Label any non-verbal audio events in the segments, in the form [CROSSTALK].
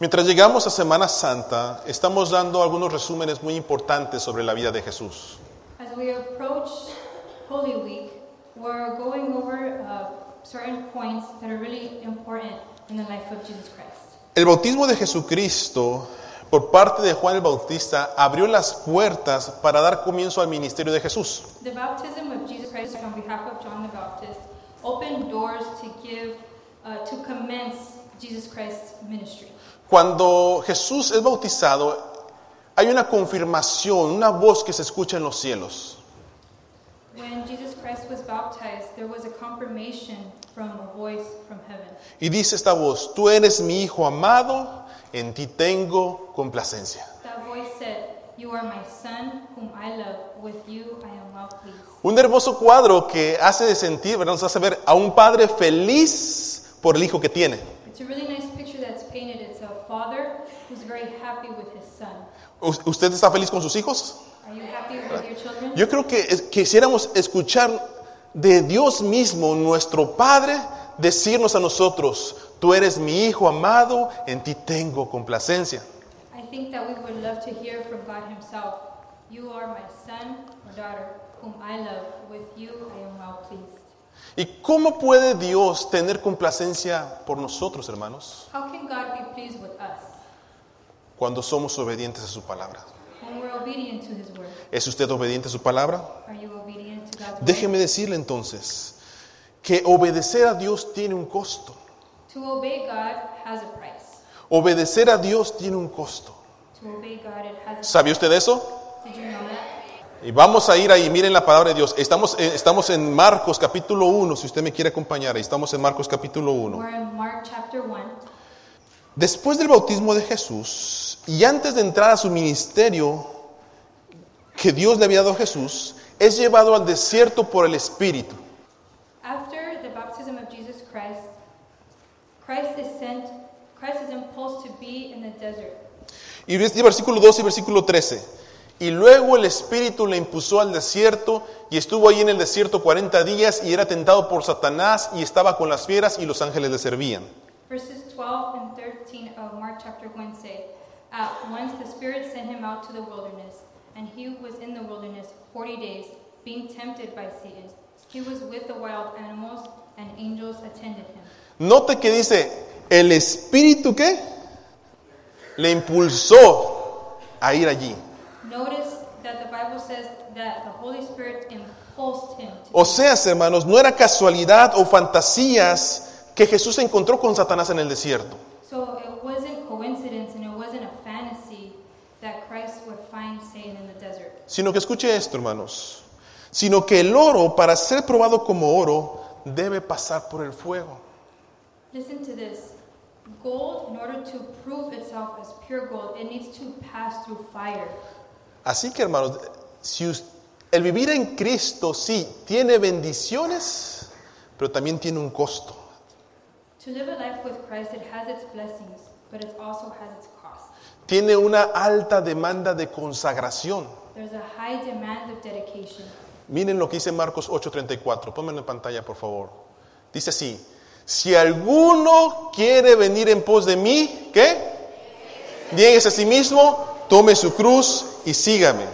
Mientras llegamos a Semana Santa, estamos dando algunos resúmenes muy importantes sobre la vida de Jesús. As we approach Holy Week, we're going over uh, certain points that are really important in the life of Jesus Christ. El bautismo de Jesucristo por parte de Juan el Bautista abrió las puertas para dar comienzo al ministerio de Jesús. The baptism of Jesus Christ on behalf of John the Baptist opened doors to give, uh, to commence Jesus Christ's ministry. Cuando Jesús es bautizado, hay una confirmación, una voz que se escucha en los cielos. When Jesus Christ was baptized, there was a confirmation from a voice from heaven. Y dice esta voz, tú eres mi hijo amado, en ti tengo complacencia. That voice said, You are my son, whom I love. With you I am well pleased. Un hermoso cuadro que hace de sentir, ¿verdad? nos hace ver a un padre feliz por el hijo que tiene. It's a really nice picture that's painted. It's a father who's very happy with his son. ¿U- ¿Usted está feliz con sus hijos? Are you happy with your children? Yo creo que es- quisiéramos escuchar de Dios mismo, nuestro Padre, decirnos a nosotros, tú eres mi hijo amado, en ti tengo complacencia. I think that we would love to hear from God Himself. You are my son or daughter, whom I love. With you I am well pleased. ¿Y cómo puede Dios tener complacencia por nosotros, hermanos, How can God be pleased with us cuando somos obedientes a su palabra? when we're obedient to His word? ¿Es usted obediente a su palabra? Are you obedient to God's word? Déjeme decirle entonces que obedecer a Dios tiene un costo. To obey God has a price. Obedecer a Dios tiene un costo. To obey God, it has a ¿Sabe usted eso? Did you know that? Y vamos a ir ahí, miren la palabra de Dios. Estamos, eh, estamos en Marcos capítulo 1, si usted me quiere acompañar, ahí estamos en Marcos capítulo 1. We're in Mark chapter 1. Después del bautismo de Jesús y antes de entrar a su ministerio que Dios le había dado a Jesús, es llevado al desierto por el Espíritu. After the baptism of Jesus Christ, Christ is sent, Christ is impulsed to be in the desert. Y ves- y versículo 2 y versículo 13. Y luego el Espíritu le impuso al desierto y estuvo ahí en el desierto 40 días y era tentado por Satanás y estaba con las fieras y los ángeles le servían. Verses 12 and 13 of Mark chapter 1 say, At once the Spirit sent him out to the wilderness, and he was in the wilderness 40 days, being tempted by Satan. He was with the wild animals, and angels attended him. Note que dice, el espíritu que le impulsó a ir allí. Notice that the Bible says that the Holy Spirit impulsed him to O sea, hermanos, no era casualidad o fantasías que Jesús se encontró con Satanás en el desierto. So it wasn't coincidence and it wasn't a fantasy that Christ would find Satan in the desert. Sino que escuche esto, hermanos. Sino que el oro, para ser probado como oro, debe pasar por el fuego. Listen to this. Gold, in order to prove itself as pure gold, it needs to pass through fire. Así que, hermanos, si us- el vivir en Cristo sí tiene bendiciones, pero también tiene un costo. To live a life with Christ, it has its blessings, but it also has its cost. Tiene una alta demanda de consagración. There's a high demand of dedication. Miren lo que dice Marcos 8:34. Pónganlo en pantalla, por favor. Dice así: Si alguno quiere venir en pos de mí, ¿qué? Niegues a sí mismo, tome su cruz y sígame.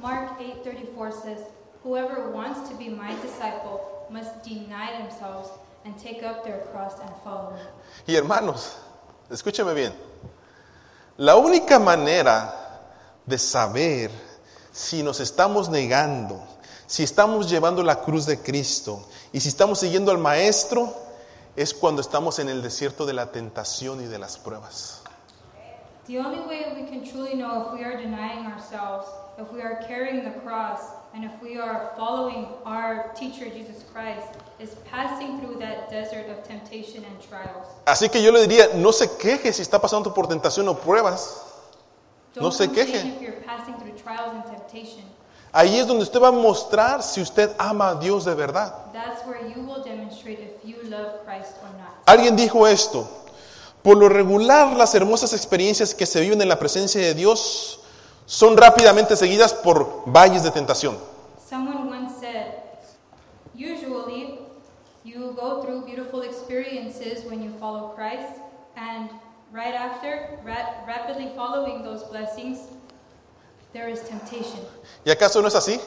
Mark 8:34 says, "Whoever wants to be my disciple must deny themselves and take up their cross and follow me." Y hermanos, escúcheme bien. La única manera de saber si nos estamos negando, si estamos llevando la cruz de Cristo y si estamos siguiendo al Maestro, es cuando estamos en el desierto de la tentación y de las pruebas. The only way we can truly know if we are denying ourselves, if we are carrying the cross, and if we are following our teacher Jesus Christ is passing through that desert of temptation and trials. Así que yo le diría, no se queje si está pasando por tentación o pruebas. Don't No se complain queje. if you're passing through trials and temptation. Ahí es donde usted va a mostrar si usted ama a Dios de verdad. That's where you will demonstrate if you love Christ or not. Alguien dijo esto. Por lo regular, las hermosas experiencias que se viven en la presencia de Dios son rápidamente seguidas por valles de tentación. Someone once said, usually you go through beautiful experiences when you follow Christ, and Right after, ra- rapidly following those blessings, there is temptation. ¿Y acaso no es así?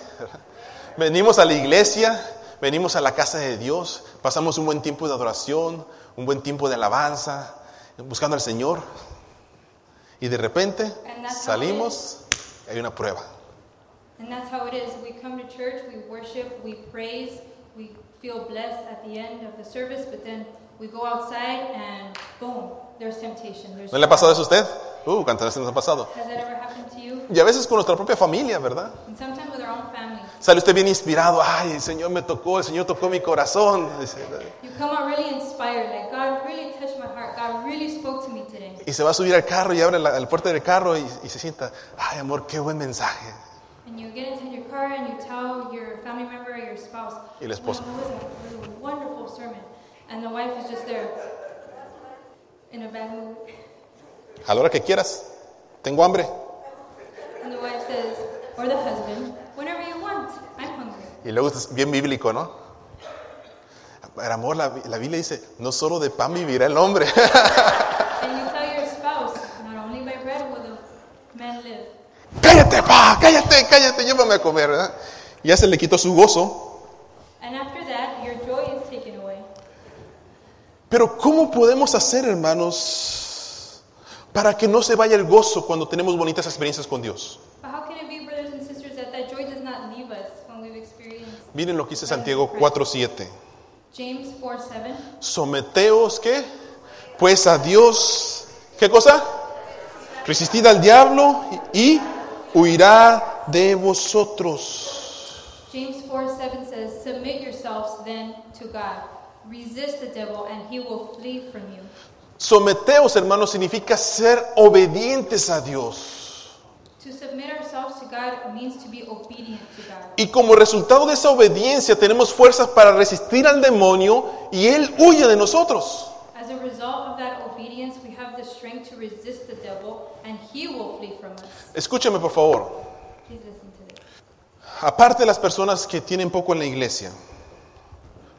Venimos a la iglesia, venimos a la casa de Dios, pasamos un buen tiempo de adoración, un buen tiempo de alabanza, buscando al Señor. Y de repente And that's how it salimos, y hay una prueba. And that's how it is. We come to church, we worship, we praise, we feel blessed at the end of the service, but then we go outside and boom, there's temptation. There's ¿No le ha pasado eso a usted? Uh, cuántas veces nos ha pasado. Has that ever happened to you? Y a veces con nuestra propia familia, ¿verdad? And sometimes with our own family. Sale usted bien inspirado, ay, el Señor me tocó, el Señor tocó mi corazón. You come out really inspired, like God really touched my heart. God really spoke to me today. Y se va a subir al carro y abre la, la puerta del carro y, y se sienta, ay, amor, qué buen mensaje. And you get into your car and you tell your family member or your spouse, Y el esposo. "Wow, that was a, was a wonderful sermon. And the wife is just there in a bad mood. A la hora que quieras, tengo hambre. And the wife says, or the husband, whenever you want, I'm hungry. Y luego es bien bíblico, ¿no? Pero amor, la, la Biblia dice, no solo de pan vivirá el hombre. [LAUGHS] And you tell your spouse, not only by bread will the man live. cállate, pa, cállate, cállate, llévame a comer, ¿verdad? Ya se le quitó su gozo. And after that, your joy is taken away. Pero ¿cómo podemos hacer, hermanos, para que no se vaya el gozo cuando tenemos bonitas experiencias con Dios? But how can it be, brothers and sisters, that that joy does not leave us when we've experienced Miren lo que dice Santiago 4.7. James 4 7? Someteos, ¿qué? Pues a Dios, ¿qué cosa? Resistid al diablo y huirá de vosotros. James 4 7 says, Submit yourselves then to God. Resist the devil, and he will flee from you. Someteos, hermanos, significa ser obedientes a Dios. To submit ourselves to God means to be obedient to God. Y como resultado de esa obediencia tenemos fuerzas para resistir al demonio y él huye de nosotros. As a result of that obedience, we have the strength to resist the devil, and he will flee from us. Escúchame, por favor. Please listen to this. Aparte de las personas que tienen poco en la iglesia,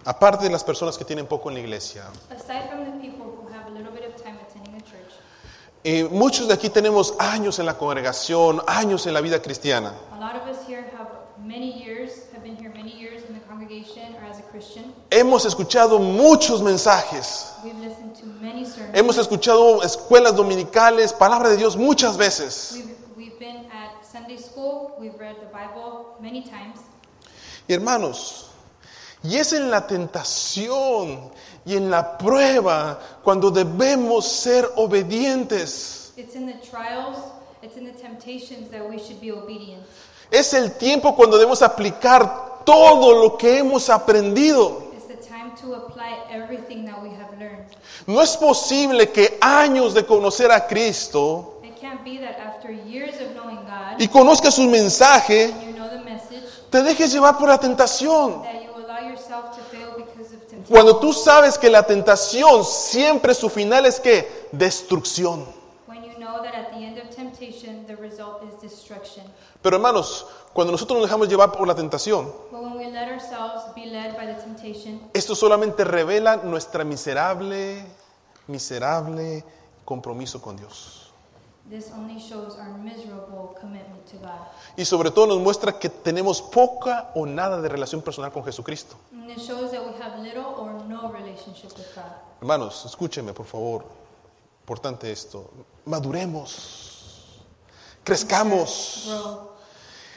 aparte de las personas que tienen poco en la iglesia, Aside from the people who have a little bit of time attending the church, eh, muchos de aquí tenemos años en la congregación, años en la vida cristiana. a lot of us here have many years, have been here many years in the congregation or as a Christian. Hemos escuchado muchos mensajes, We've listened to many sermons. hemos escuchado escuelas dominicales, palabra de Dios muchas veces. We've, we've been at Sunday school, we've read the Bible many times, Y hermanos, y es en la tentación y en la prueba cuando debemos ser obedientes. it's in the trials, it's in the temptations that we should be obedient. Es el tiempo cuando debemos aplicar todo lo que hemos aprendido. It's the time to apply everything that we have learned. No es posible que años de conocer a Cristo It can't be that after years of knowing God, y conozca su mensaje, you know the message, te dejes llevar por la tentación. that you allow yourself to fail because of temptation. Cuando tú sabes que la tentación siempre su final es que destrucción. When you know that at the end of temptation, the result is destruction. Pero hermanos, cuando nosotros nos dejamos llevar por la tentación, But when we let ourselves be led by the temptation, Esto solamente revela nuestra miserable, miserable compromiso con Dios. this only shows our miserable commitment to God. Y sobre todo nos muestra que tenemos poca o nada de relación personal con Jesucristo. And it shows that we have little or no relationship with God. Hermanos, escúchenme, por favor. Importante esto. Maduremos. Crezcamos. Grow.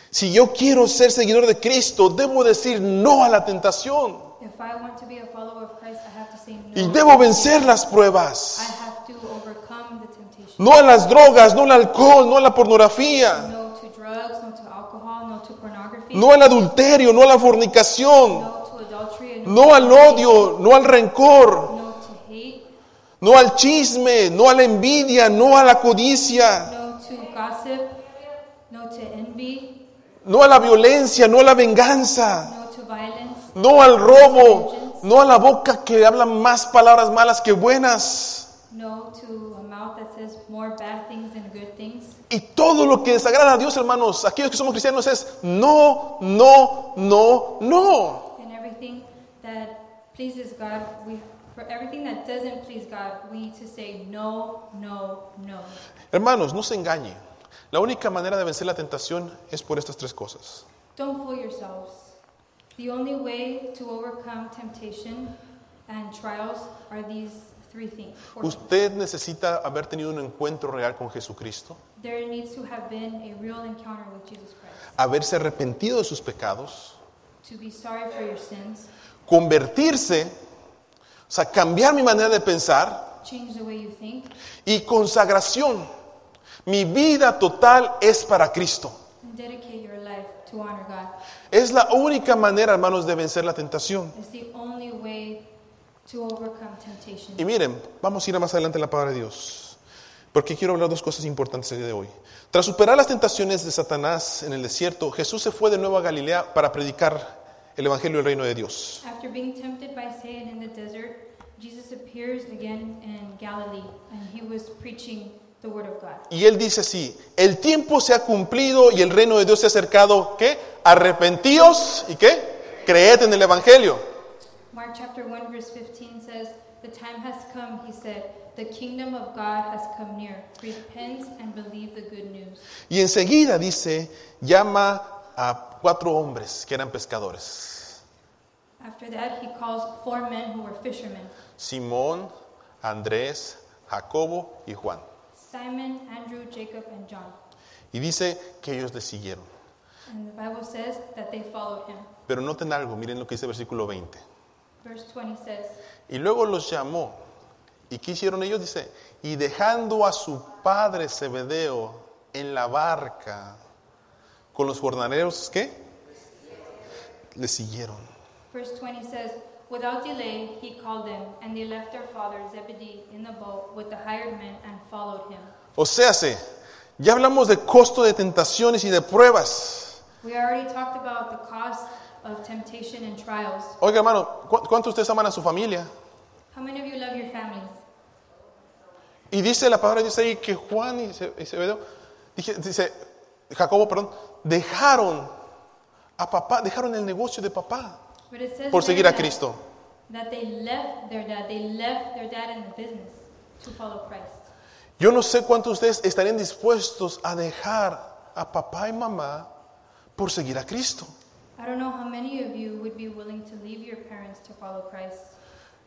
Si yo quiero ser seguidor de Cristo, debo decir no a la tentación. If I want to be a follower of Christ, I have to say no. Y debo vencer las I pruebas. have to overcome the temptation. No a las drogas, no al alcohol, no a la pornografía. No to drugs, no to alcohol, no to pornography. No al adulterio, no a la fornicación. No to adultery. and No al odio, no al rencor, No to hate. no al chisme, no a la envidia, no a la codicia, No to gossip. No to envy. no a la violencia, no a la venganza, No to violence. no al robo, no a la boca que habla más palabras malas que buenas. No to a mouth that says more bad things than good things. Y todo lo que desagrada a Dios, hermanos, aquellos que somos cristianos es no, no, no, no. And everything that pleases God, we For everything that doesn't please God, we need to say no, no, no. Hermanos, no se engañe. La única manera de vencer la tentación es por estas tres cosas. Don't fool yourselves. The only way to overcome temptation and trials are these three things. Four things. Usted necesita haber tenido un encuentro real con Jesucristo, There needs to have been a real encounter with Jesus Christ. haberse arrepentido de sus pecados, To be sorry for your sins, convertirse, o sea, cambiar mi manera de pensar change the way you think, y consagración. Mi vida total es para Cristo. and dedicate your life to honor God. Es la única manera, hermanos, de vencer la tentación. It's the only way to overcome temptation. Y miren, vamos a ir más adelante a la palabra de Dios. Porque quiero hablar dos cosas importantes el día de hoy. Tras superar las tentaciones de Satanás en el desierto, Jesús se fue de nuevo a Galilea para predicar el Evangelio del Reino de Dios. After being tempted by Satan in the desert, Jesus appears again in Galilee, and he was preaching the word of God. Y él dice así, el tiempo se ha cumplido y el reino de Dios se ha acercado, ¿qué? Arrepentíos y qué? Creed en el Evangelio. Mark chapter 1, verse 15 says, The time has come, he said, the kingdom of God has come near. Repent and believe the good news. Y enseguida dice, llama a cuatro hombres que eran pescadores. After that, he calls four men who were fishermen Simón, Andrés, Jacobo y Juan. Simon, Andrew, Jacob, and John. Y dice que ellos le siguieron. And the Bible says that they followed him. Pero noten algo, miren lo que dice el versículo 20. Verse 20 says, Y luego los llamó. ¿Y qué hicieron ellos? Dice, y dejando a su padre Zebedeo en la barca con los jornaleros, ¿qué? Le siguieron. Verse 20 says, Without delay he called them, and they left their father Zebedee in the boat with the hired men and followed him. O sea, ya hablamos de costo de tentaciones y de pruebas. We already talked about the cost of temptation and trials. Oiga, hermano, ¿cu- ¿cuántos de ustedes aman a su familia? How many of you love your families? Y dice la palabra dice ahí que Juan y Se- y Zebedeo, dije- dice Jacobo, perdón, dejaron a papá, dejaron el negocio de papá But it says por there seguir a that- Cristo. That they left their dad. They left their dad in the business to follow Christ. Yo no sé cuántos de ustedes estarían dispuestos a dejar a papá y mamá por seguir a Cristo. I don't know how many of you would be willing to leave your parents to follow Christ.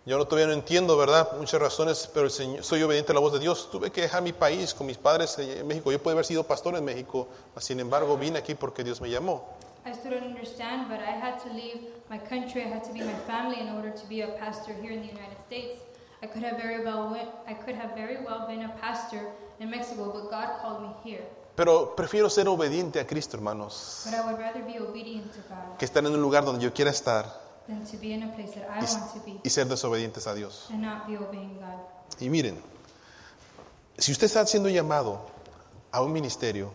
Yo no, todavía no entiendo, ¿verdad? Muchas razones, pero el Señor- soy obediente a la voz de Dios. Tuve que dejar mi país con mis padres en México. Yo pude haber sido pastor en México, mas sin embargo vine aquí porque Dios me llamó. I still don't understand, but I had to leave my country. I had to be my family in order to be a pastor here in the United States. I could have very well went, I could have very well been a pastor in Mexico, but God called me here. Pero prefiero ser obediente a Cristo, hermanos. But I would rather be obedient to God que estar en un lugar donde yo quiera estar than to be in a place that I y, want to be y ser desobedientes a Dios. and not be obeying God. Y miren, si usted está siendo llamado a un ministerio,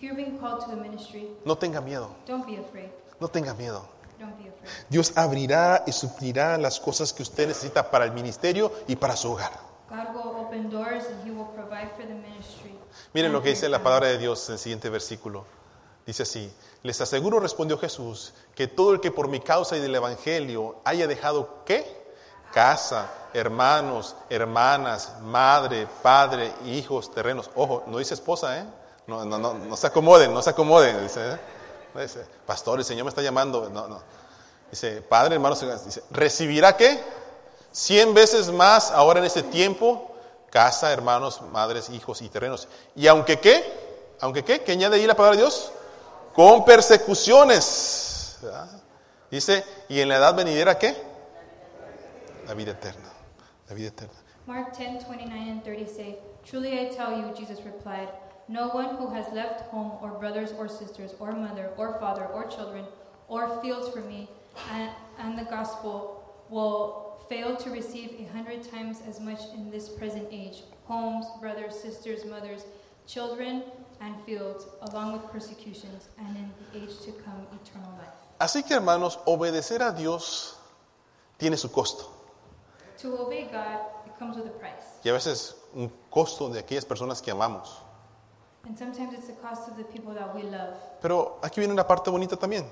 If you're being called to a ministry, no tenga miedo, don't be afraid. no tenga miedo. Don't be afraid. Dios abrirá y suplirá las cosas que usted necesita para el ministerio y para su hogar. God will open doors and He will provide for the ministry. Miren lo and que for dice your la family. palabra de Dios en el siguiente versículo. Dice así, les aseguro, respondió Jesús, que todo el que por mi causa y del Evangelio haya dejado qué? Casa, hermanos, hermanas, madre, padre, hijos, terrenos. Ojo, no dice esposa, ¿eh? No, no, no, no se acomoden, no se acomoden. Dice, ¿eh? No dice, pastor, el Señor me está llamando. No, no. Dice, padre, hermanos, hermanas", dice, ¿recibirá qué? Cien veces más ahora en este tiempo, casa, hermanos, madres, hijos y terrenos. Y aunque qué, aunque qué, que añade ahí la palabra de Dios, con persecuciones. ¿verdad? Dice, y en la edad venidera qué? La vida eterna. La vida eterna. Mark 10, 29 and 30 say, Truly I tell you, Jesus replied, no one who has left home or brothers or sisters or mother or father or children or fields for me and, and the gospel will fail to receive a hundred times as much in this present age homes, brothers, sisters, mothers, children, and fields, along with persecutions, and in the age to come, eternal life. Así que hermanos, obedecer a Dios tiene su costo. To obey God, it comes with a price. Y a veces un costo de aquellas personas que amamos. And sometimes it's the cost of the people that we love. Pero aquí viene una parte bonita también.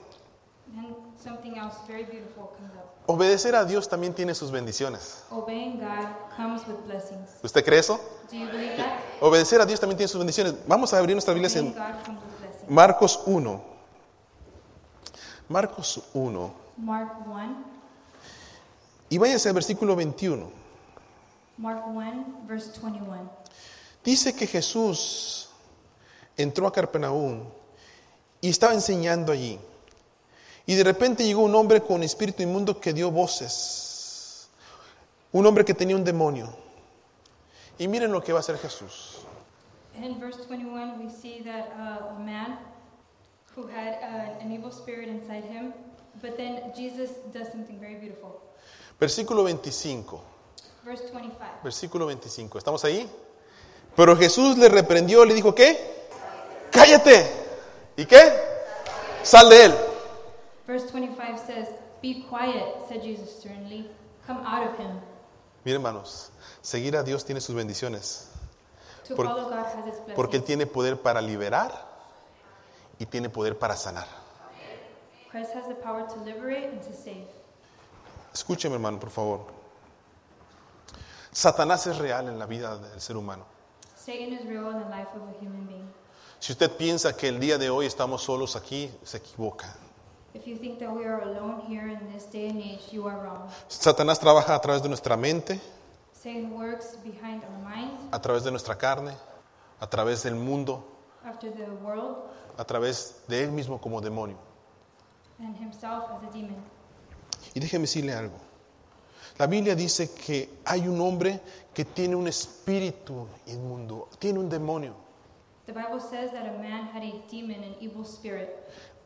And something else very beautiful comes up. Obedecer a Dios también tiene sus bendiciones. Obeying God comes with blessings. ¿Usted cree eso? Do you believe that? Obedecer a Dios también tiene sus bendiciones. Vamos a abrir nuestra Biblia Obeying en God comes with blessings. Marcos 1. Marcos 1. Mark 1, Y váyase al versículo 21. Mark 1, verse 21. Dice que Jesús entró a Capernaum y estaba enseñando allí. Y de repente llegó un hombre con espíritu inmundo que dio voces. Un hombre que tenía un demonio. Y miren lo que va a hacer Jesús. In verse 21, we see that uh, a man who had uh, an evil spirit inside him, but then Jesus does something very beautiful. Versículo 25. Verse 25. Versículo 25. ¿Estamos ahí? Pero Jesús le reprendió, le dijo, ¿qué? Cállate. ¿Y qué? Sal de él. Verse 25 says, Be quiet, said Jesus sternly. Come out of him. Miren, hermanos, seguir a Dios tiene sus bendiciones. To Por- follow God has its blessings. Porque Él tiene poder para liberar y tiene poder para sanar. Christ has the power to liberate and to save. Escúcheme, hermano, por favor. Satanás es real en la vida del ser humano. Satan is real in the life of a human being. Si usted piensa que el día de hoy estamos solos aquí, se equivoca. If you think that we are alone here in this day and age, you are wrong. Satanás trabaja a través de nuestra mente, Satan works behind our mind, a través de nuestra carne, a través del mundo, after the world, a través de él mismo como demonio. and himself as a demon. Y déjeme decirle algo. La Biblia dice que hay un hombre que tiene un espíritu inmundo, tiene un demonio. The Bible says that a man had a demon, an evil spirit.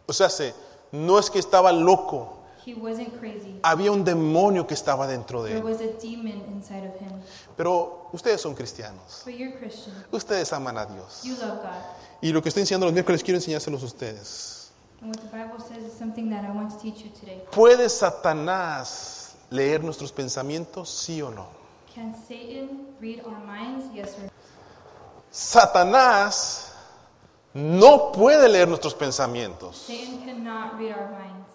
O sea, se- no es que estaba loco, He wasn't crazy. había un demonio que estaba dentro de There él. was a demon inside of him. Pero ustedes son cristianos, But you're Christian. ustedes aman a Dios. You love God. Y lo que estoy enseñando los miércoles quiero enseñárselos a ustedes. And what the Bible says is something that I want to teach you today. ¿Puede Satanás leer nuestros pensamientos, sí o no? Can Satan read our minds? Yes or no? Satanás no puede leer nuestros pensamientos. Satan cannot read our minds.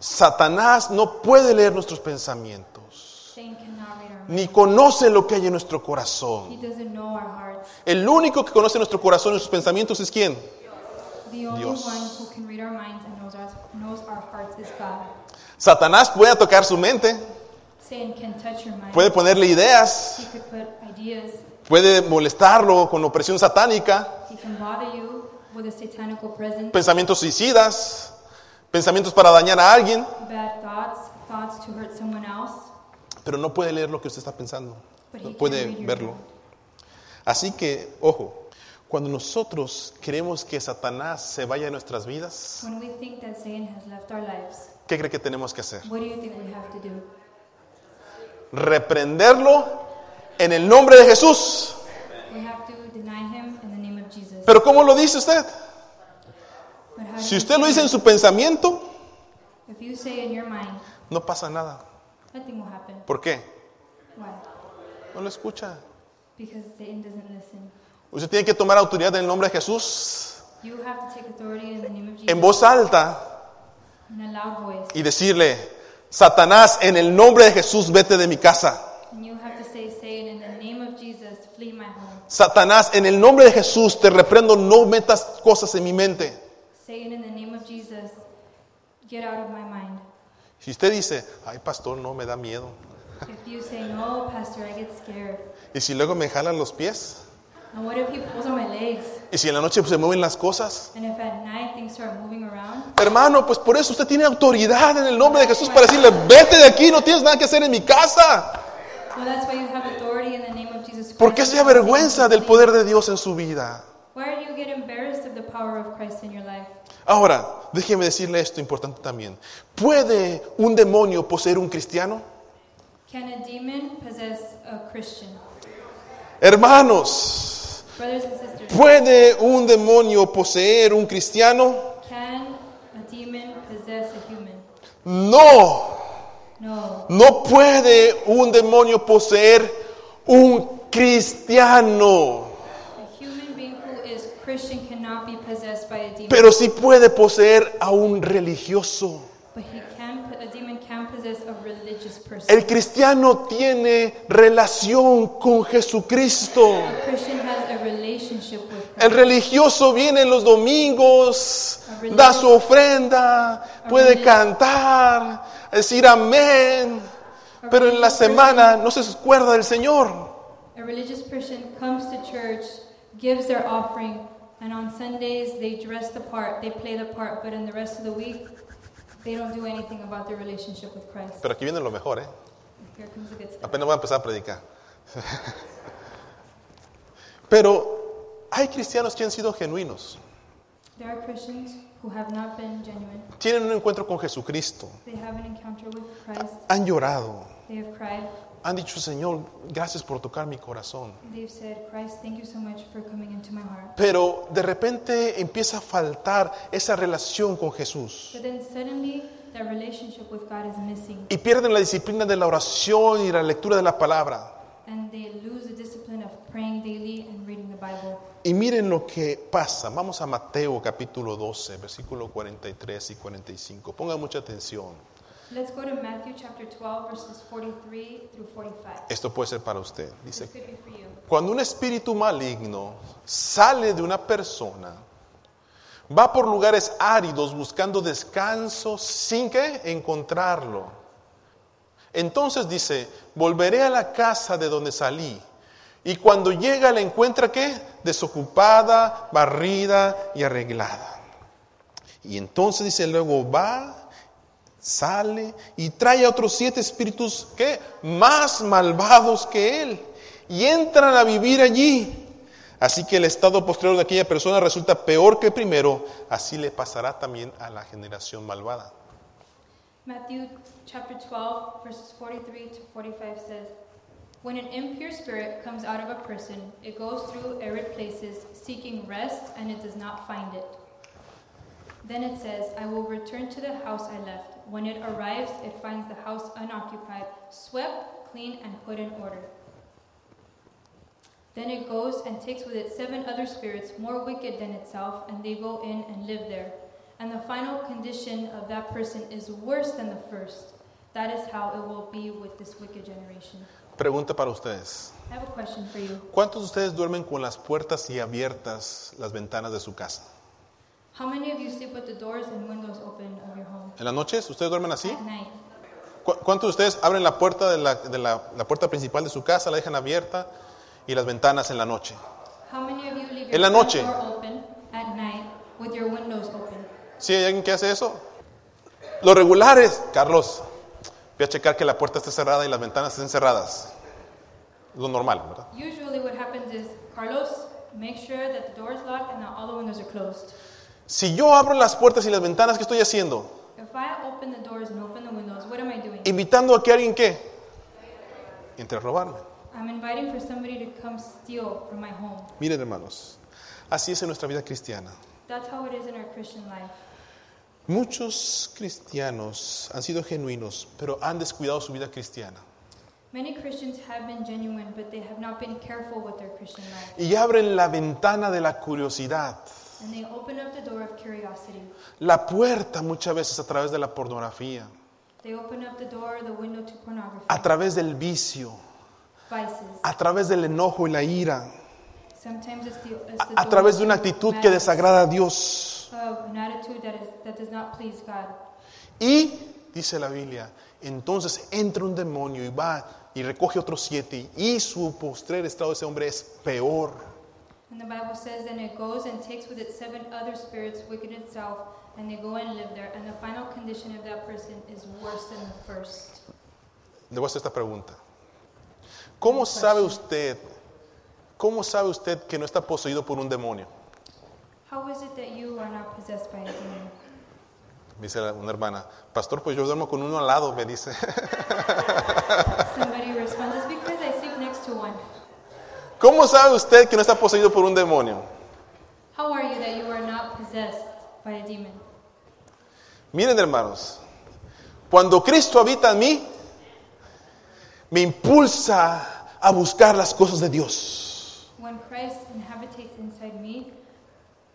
Satanás no puede leer nuestros pensamientos, Satan cannot read our minds. ni conoce lo que hay en nuestro He corazón. doesn't know our hearts. El único que conoce nuestro corazón y nuestros pensamientos es quién? The only Dios. one who can read our minds and knows our, knows our hearts is God. Satanás puede tocar su mente, Satan can touch your mind. puede ponerle ideas, He could put ideas. puede molestarlo con opresión satánica, He can bother you with a satanical presence, pensamientos suicidas, pensamientos para dañar a alguien, bad thoughts, thoughts to hurt someone else. pero no puede leer lo que usted está pensando, But no he puede can read your verlo. mind. Así que, ojo, cuando nosotros queremos que Satanás se vaya de nuestras vidas, When we think that Satan has left our lives, ¿qué cree que tenemos que hacer? what do you think we have to do? reprenderlo en el nombre de Jesús. We have to deny him in the name of Jesus. Pero ¿cómo lo dice usted? But how do Si you usted lo say dice en it? su pensamiento, if you say in your mind, no pasa nada. nothing will happen. ¿Por qué? Why? No lo escucha. Because Satan doesn't listen. Usted tiene que tomar autoridad en el nombre de Jesús, You have to take authority in the name of Jesus en voz alta, in a loud voice. y decirle, Satanás, en el nombre de Jesús, vete de mi casa. And you have to say, Satan, in the name of Jesus, flee my home. Satanás, en el nombre de Jesús, te reprendo, no metas cosas en mi mente. Satan, in the name of Jesus, get out of my mind. Si usted dice, ay pastor, no, me da miedo. If you say, no, pastor, I get scared. Y si luego me jalan los pies, And what if he pulls on my legs? y si en la noche pues, se mueven las cosas, And if at night things start moving around? Hermano, pues por eso usted tiene autoridad en el nombre de Jesús para decirle, vete de aquí, no tienes nada que hacer en mi casa. Well, that's why you have authority in the name of Jesus ¿Por qué Christ. se avergüenza del poder de Dios en su vida? Why do you get embarrassed of the power of Christ in your life? Ahora, déjeme decirle esto importante también. ¿Puede un demonio poseer un cristiano? Can a demon possess a Christian? Hermanos, Brothers and sisters, ¿puede un demonio poseer un cristiano? can a demon possess a human? No, No. no puede un demonio poseer un cristiano. A human being who is Christian cannot be possessed by a demon, Pero sí puede poseer a un religioso. But he can, a demon can possess a religious person. El cristiano tiene relación con Jesucristo. A Christian has a relationship with Christ. El religioso viene los domingos, da su ofrenda, puede cantar, decir amén, pero en la semana no se acuerda del Señor. A religious person comes to church, gives their offering, and on Sundays they dress the part, they play the part, but in the rest of the week they don't do anything about their relationship with Christ. Pero aquí viene lo mejor, ¿eh? Here comes the good stuff. Apenas voy a empezar a predicar. Pero hay cristianos que han sido genuinos, There are Christians who have not been genuine. tienen un encuentro con Jesucristo, They have an encounter with Christ. han llorado, They have cried. han dicho, Señor, gracias por tocar mi corazón. They've said, Christ, thank you so much for coming into my heart. Pero de repente empieza a faltar esa relación con Jesús. But then suddenly, that relationship with God is missing, y pierden la disciplina de la oración y la lectura de la palabra. and they lose the discipline of praying daily and reading the Bible. Y miren lo que pasa. Vamos a Mateo capítulo 12, versículo 43 y 45. Pongan mucha atención. Let's go to Matthew chapter 12, verses 43 through 45. Esto puede ser para usted. Dice, This could be for you. cuando un espíritu maligno sale de una persona, va por lugares áridos buscando descanso sin que encontrarlo. Entonces dice, volveré a la casa de donde salí. Y cuando llega la encuentra qué? Desocupada, barrida y arreglada. Y entonces dice, luego va, sale y trae a otros siete espíritus que más malvados que él. Y entran a vivir allí. Así que el estado posterior de aquella persona resulta peor que el primero. Así le pasará también a la generación malvada. Matthew chapter 12, verses 43 to 45 says, When an impure spirit comes out of a person, it goes through arid places, seeking rest, and it does not find it. Then it says, I will return to the house I left. When it arrives, it finds the house unoccupied, swept, clean, and put in order. Then it goes and takes with it seven other spirits more wicked than itself, and they go in and live there. And the final condition of that person is worse than the first. That is how it will be with this wicked generation. Pregunta para ustedes. I have a question for you. ¿Cuántos de ustedes duermen con las puertas y abiertas las ventanas de su casa? How many of you sleep with the doors and windows open of your home ¿En las noches? ¿Ustedes duermen así? at night? ¿Cu- ¿Cuántos de ustedes abren la puerta, de la, de la- la puerta principal de su casa, la dejan abierta y las ventanas en la noche? How many of you leave En your la front noche. door open at night with your windows open? ¿Sí hay alguien que hace eso? Los regulares, Carlos, voy a checar que la puerta esté cerrada y las ventanas estén cerradas. Lo normal, ¿verdad? Usually, what happens is, Carlos, make sure that the door is locked and that all the windows are closed. Si yo abro las puertas y las ventanas, ¿qué estoy haciendo? If I open the doors and open the windows, what am I doing? Invitando a que alguien qué? Entre a robarme. I'm inviting for somebody to come steal from my home. Miren, hermanos, así es en nuestra vida cristiana. That's how it is in our Christian life. Muchos cristianos han sido genuinos, pero han descuidado su vida cristiana. Many Christians have been genuine, but they have not been careful with their Christian life. Y abren la ventana de la curiosidad, And they open up the door of curiosity. la puerta muchas veces a través de la pornografía, They open up the door, the window to pornography, a través del vicio, vices. a través del enojo y la ira, Sometimes it's the, it's the a, a través de door una to actitud que madness, desagrada a Dios. of an attitude that, is, that does not please God. Y, dice la Biblia, entonces entra un demonio y va y recoge otros siete y su postrer estado de ese hombre es peor. And the Bible says, then it goes and takes with it seven other spirits, wicked itself, and they go and live there. And the final condition of that person is worse than the first. Le voy a hacer esta pregunta. ¿Cómo sabe usted, cómo sabe usted que no está poseído por un demonio? How is it that you are not possessed by a demon? Me Dice la- una hermana, pastor, pues yo duermo con uno al lado, me dice. [LAUGHS] Somebody responds, it's because I sleep next to one. ¿Cómo sabe usted que no está poseído por un demonio? How are you that you are not possessed by a demon? Miren, hermanos, cuando Cristo habita en mí, me impulsa a buscar las cosas de Dios. When Christ inhabitates inside me,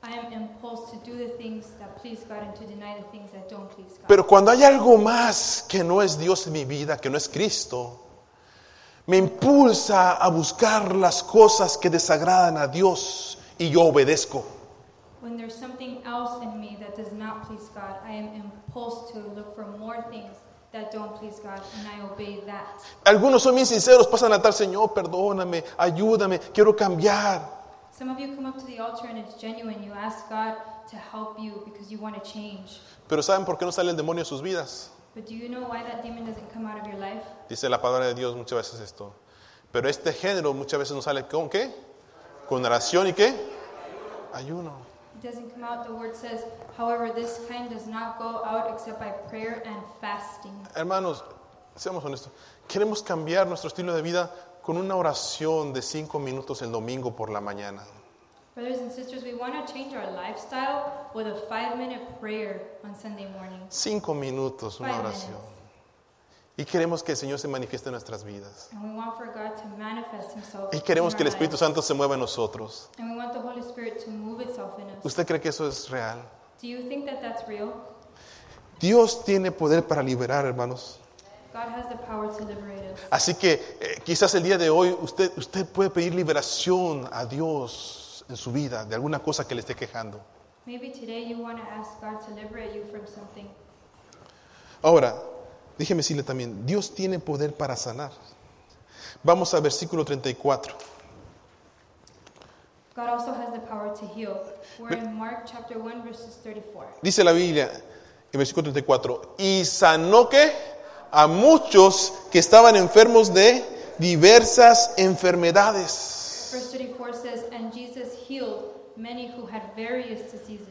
I am impulsed to do the things that please God and to deny the things that don't please God. Pero cuando hay algo más que no es Dios en mi vida, que no es Cristo, me impulsa a buscar las cosas que desagradan a Dios y yo obedezco. When there's something else in me that does not please God, I am impulsed to look for more things that don't please God and I obey that. Algunos son bien sinceros, pasan a tal Señor, perdóname, ayúdame, quiero cambiar. Some of you come up to the altar and it's genuine. You ask God to help you because you want to change. Pero ¿saben por qué no sale el demonio de sus vidas? But do you know why that demon doesn't come out of your life? Dice la palabra de Dios muchas veces esto. Pero este género muchas veces no sale con qué? Con oración y qué? Ayuno. It doesn't come out. The word says, however, this kind does not go out except by prayer and fasting. Hermanos, seamos honestos. Queremos cambiar nuestro estilo de vida con una oración de cinco minutos el domingo por la mañana. Brothers and sisters, we want to change our lifestyle with a five minute prayer on Sunday morning. Cinco minutos, una Five oración. minutes. Y queremos que el Señor se manifieste en nuestras vidas. And we want for God to manifest Himself. Y queremos in que el our Espíritu lives. Santo se mueva en nosotros. And we want the Holy Spirit to move itself in us. ¿Usted cree que eso es real? Do you think that that's real? Dios tiene poder para liberar, hermanos. God has the power to liberate us. Así que eh, quizás el día de hoy usted, usted puede pedir liberación a Dios en su vida de alguna cosa que le esté quejando. Maybe today you want to ask God to liberate you from something. Ahora, déjeme decirle también, Dios tiene poder para sanar. Vamos al versículo 34. God also has the power to heal. We're in Mark chapter 1, verses 34. Dice la Biblia, en versículo 34, y sanó que a muchos que estaban enfermos de diversas enfermedades. Verse 34 says, And Jesus healed many who had various diseases.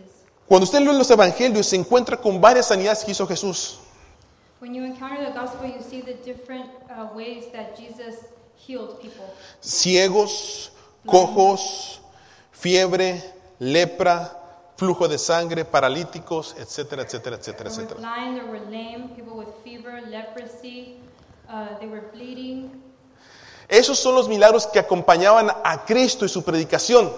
Cuando usted lee los evangelios se encuentra con varias sanidades que hizo Jesús. When you encounter the gospel, you see the different uh, ways that Jesus healed people ciegos, cojos, fiebre, lepra, flujo de sangre, paralíticos, etcétera, etcétera, etcétera, There were etcétera. blind, there were lame, people with fever, leprosy, uh, they were bleeding. Esos son los milagros que acompañaban a Cristo y su predicación.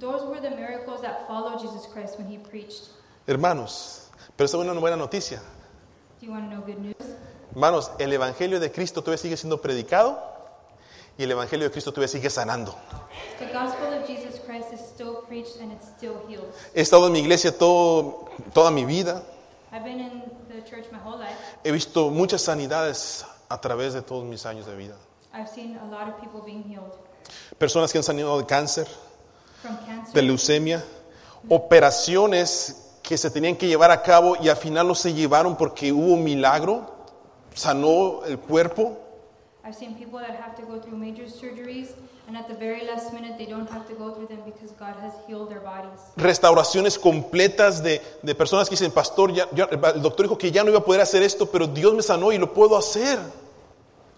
Those were the miracles that followed Jesus Christ when he preached. Hermanos, pero esta es una buena noticia. Do you want to know good news? Hermanos, el Evangelio de Cristo todavía sigue siendo predicado y el Evangelio de Cristo todavía sigue sanando. The gospel of Jesus Christ is still preached and it's still healed. He estado en mi iglesia todo- toda mi vida, I've been in the church my whole life. he visto muchas sanidades a través de todos mis años de vida. I've seen a lot of people being healed Personas que han sanado de cáncer, from cancer. de leucemia, operaciones que se tenían que llevar a cabo y al final no se llevaron porque hubo un milagro, sanó el cuerpo. I've seen people that have to go through major surgeries and at the very last minute they don't have to go through them because God has healed their bodies. Restauraciones completas de, de personas que dicen, pastor, ya- ya- el doctor dijo que ya no iba a poder hacer esto, pero Dios me sanó y lo puedo hacer.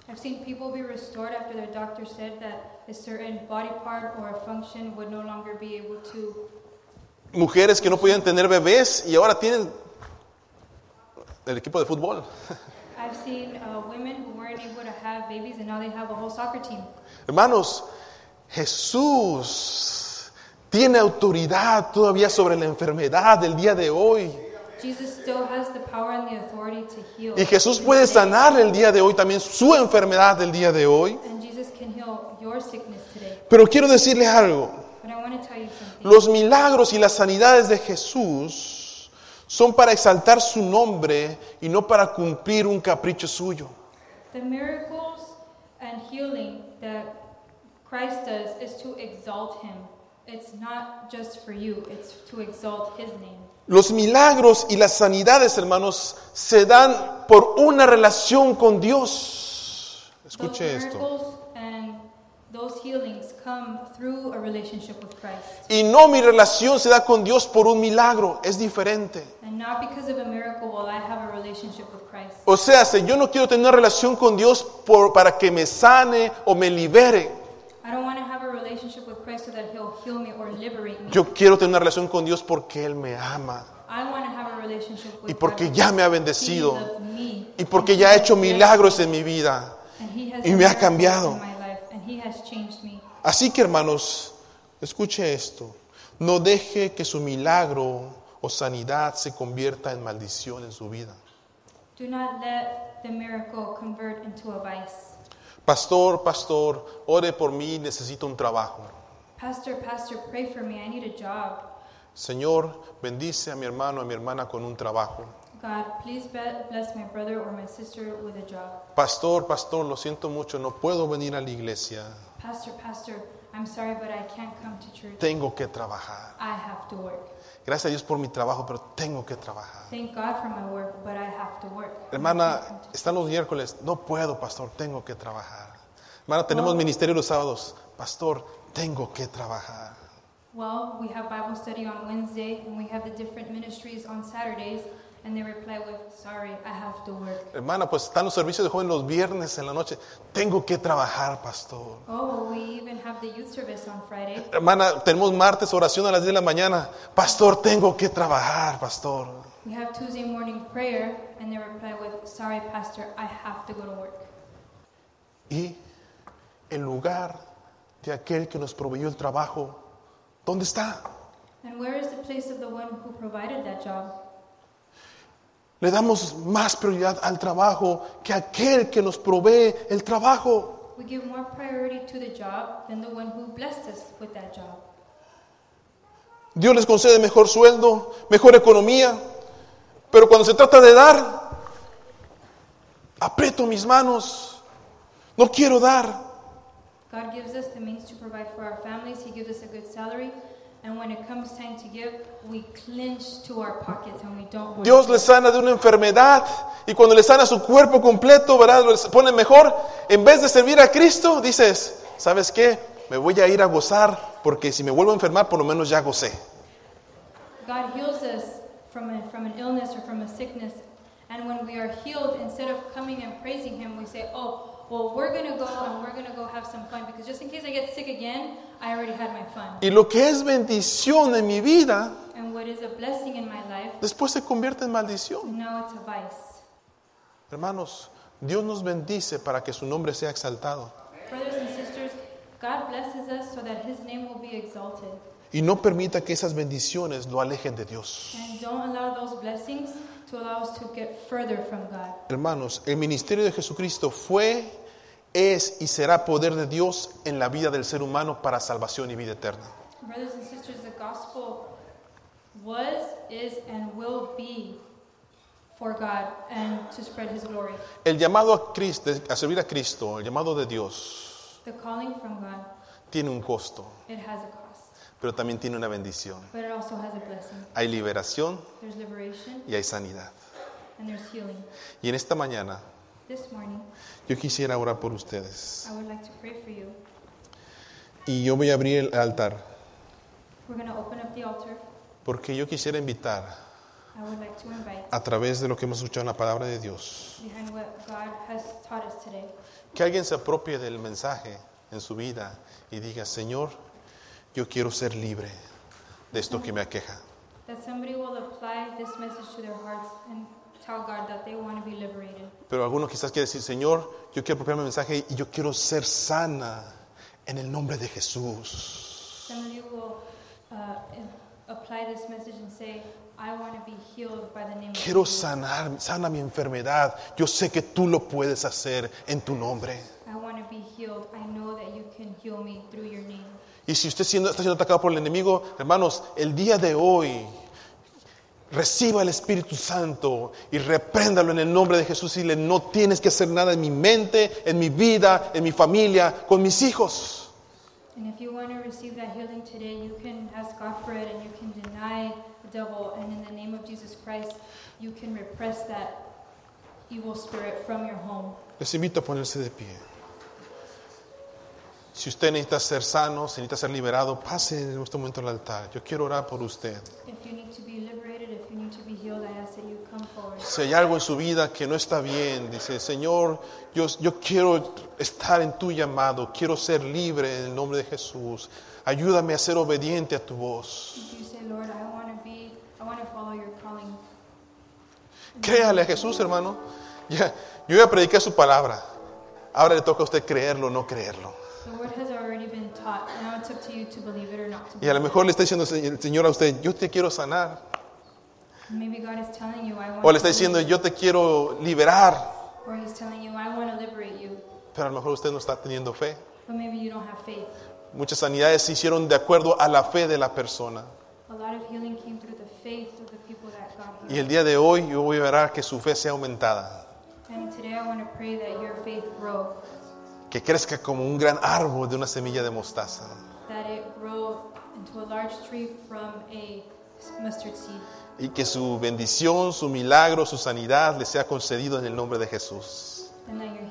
I've seen people be restored after their doctor said that a certain body part or a function would no longer be able to. Mujeres que no podían tener bebés y ahora tienen el equipo de fútbol. I've seen uh, women who weren't able to have babies and now they have a whole soccer team. Hermanos, Jesús tiene autoridad todavía sobre la enfermedad del día de hoy. Jesus still has the power and the authority to heal. Y Jesús puede sanar el día de hoy también su enfermedad del día de hoy. And Jesus can heal your sickness today. Pero quiero decirles algo, But I want to tell you something. los milagros y las sanidades de Jesús son para exaltar su nombre y no para cumplir un capricho suyo. The miracles and healing that Christ does is to exalt him. It's not just for you, it's to exalt his name. Los milagros y las sanidades, hermanos, se dan por una relación con Dios. Escuche those esto. miracles and those healings come through a relationship with Christ. Y no mi relación se da con Dios por un milagro, es diferente. And not because of a miracle will I have a relationship with Christ. O sea, si yo no quiero tener una relación con Dios por- para que me sane o me libere. I don't want to have a relationship with Christ so that he'll heal me or liberate me. Yo quiero tener una relación con Dios porque Él me ama I want to have a relationship with y porque God ya me ha because he bendecido loved me y and porque he ya ha has hecho blessed milagros en mi vida. And he has Y me ha miracles cambiado. in my life, and he has changed me. Así que hermanos, escuche esto. No deje que su milagro o sanidad se convierta en maldición en su vida. Do not let the miracle convert into a vice. Pastor, pastor, ore por mí, necesito un trabajo. Pastor, pastor, pray for me. I need a job. Señor, bendice a mi hermano, a mi hermana con un trabajo. God, please be- bless my brother or my sister with a job. Pastor, pastor, lo siento mucho, no puedo venir a la iglesia. Pastor, pastor, I'm sorry, but I can't come to church. Tengo que trabajar. I have to work. Gracias a Dios por mi trabajo, pero tengo que trabajar. Thank God for my work, but I have to work. Hermana, están los miércoles. No puedo, pastor, tengo que trabajar. Hermana, tenemos ministerio los sábados. Pastor, tengo que trabajar. Well, we have Bible study on Wednesday, and we have the different ministries on Saturdays, and they reply with, Sorry, I have to work. Hermana, pues están los servicios de jóvenes los viernes en la noche. Tengo que trabajar, pastor. Oh, we even have the youth service on Friday. Hermana, tenemos martes oración a las 10 de la mañana. Pastor, tengo que trabajar, pastor. We have Tuesday morning prayer, and they reply with, Sorry, Pastor, I have to go to work. Y el lugar de aquel que nos proveyó el trabajo, ¿dónde está? And where is the place of the one who provided that job? Le damos más prioridad al trabajo que a aquel que nos provee el trabajo. We give more priority to the job than the one who blessed us with that job. Dios les concede mejor sueldo, mejor economía, pero cuando se trata de dar, aprieto mis manos, no quiero dar. God gives us the means to provide for our families, He gives us a good salary, and when it comes time to give, we clinch to our pockets and we don't work. Dios les sana de una enfermedad y cuando les sana su cuerpo completo, ¿verdad? Les pone mejor. En vez de servir a Cristo, dices, ¿sabes qué? Me voy a ir a gozar porque si me vuelvo a enfermar, por lo menos ya gocé. God heals us from, a, from an illness or from a sickness, and when we are healed, instead of coming and praising Him, we say, Oh, well, we're going to go and we're going to go have some fun because just in case I get sick again, I already had my fun. Y lo que es bendición en mi vida, And what is a blessing in my life, después se convierte en maldición. now it's a vice. Hermanos, Dios nos bendice para que su nombre sea exaltado Brothers and sisters, God blesses us so that His name will be exalted. y no permita que esas bendiciones lo alejen de Dios. And don't allow those blessings to allow us to get further from God. Hermanos, el ministerio de Jesucristo fue, es y será poder de Dios en la vida del ser humano para salvación y vida eterna. Brothers and sisters, the gospel was, is, and will be for God and to spread His glory. El llamado a, Cristo, a servir a Cristo, el llamado de Dios, The calling from God, tiene un costo, it has a cost, pero también tiene una bendición. but it also has a blessing. Hay liberación There's liberation y hay sanidad. and there's healing. Y en esta mañana This morning, yo quisiera orar por ustedes I would like to pray for you. y yo voy a abrir el altar. We're going to open up the altar. Porque yo quisiera invitar I would like to invite, a través de lo que hemos escuchado en la palabra de Dios, behind what God has taught us today, que alguien se apropie del mensaje en su vida y diga, Señor, yo quiero ser libre de esto que me aqueja. that somebody will apply this message to their hearts and tell God that they want to be liberated. Pero alguno quizás quiere decir, Señor, yo quiero apropiarme del mensaje y yo quiero ser sana en el nombre de Jesús. Some of you will uh, apply this message and say, I want to be healed by the name of Quiero Jesus. sanar, sana mi enfermedad. Yo sé que tú lo puedes hacer en tu nombre. I want to be healed. I know that you can heal me through your name. Y si usted siendo- está siendo atacado por el enemigo, hermanos, el día de hoy reciba el Espíritu Santo y repréndalo en el nombre de Jesús y le no tienes que hacer nada en mi mente, en mi vida, en mi familia, con mis hijos. And if you want to receive that healing today, you can ask God for it and you can deny the devil. And in the name of Jesus Christ, you can repress that evil spirit from your home. Les invito a ponerse de pie. Si usted necesita ser sano, si necesita ser liberado, pase en este momento al altar. Yo quiero orar por usted. If you need to be liberated, if you need to be healed, I ask that you come forward. Si hay algo en su vida que no está bien, dice, Señor, yo, yo quiero estar en tu llamado, quiero ser libre en el nombre de Jesús. Ayúdame a ser obediente a tu voz. If you say, Lord, I want to be, I want to follow your calling. Créale a Jesús, hermano. Ya, yo ya prediqué su palabra. Ahora le toca a usted creerlo o no creerlo. The word has already been taught. Now it's up up to you to believe it or not to Y a believe lo mejor le está diciendo el Señor a usted, yo te quiero sanar. it. Maybe God is telling you, I want O le está to diciendo, believe yo te quiero liberar. it. Or He's telling you, I want to liberate you. Pero a lo mejor usted no está teniendo fe. But maybe you don't have faith. Muchas sanidades se hicieron de acuerdo a la fe de la persona. A lot of healing came through the faith of the people that God Y healed. el día de hoy yo voy a orar que su fe sea aumentada, And today I want to pray that your faith grow, que crezca como un gran árbol de una semilla de mostaza. that it grow into a large tree from a mustard seed, Y que su bendición, su milagro, su sanidad le sea concedido en el nombre de Jesús. and that your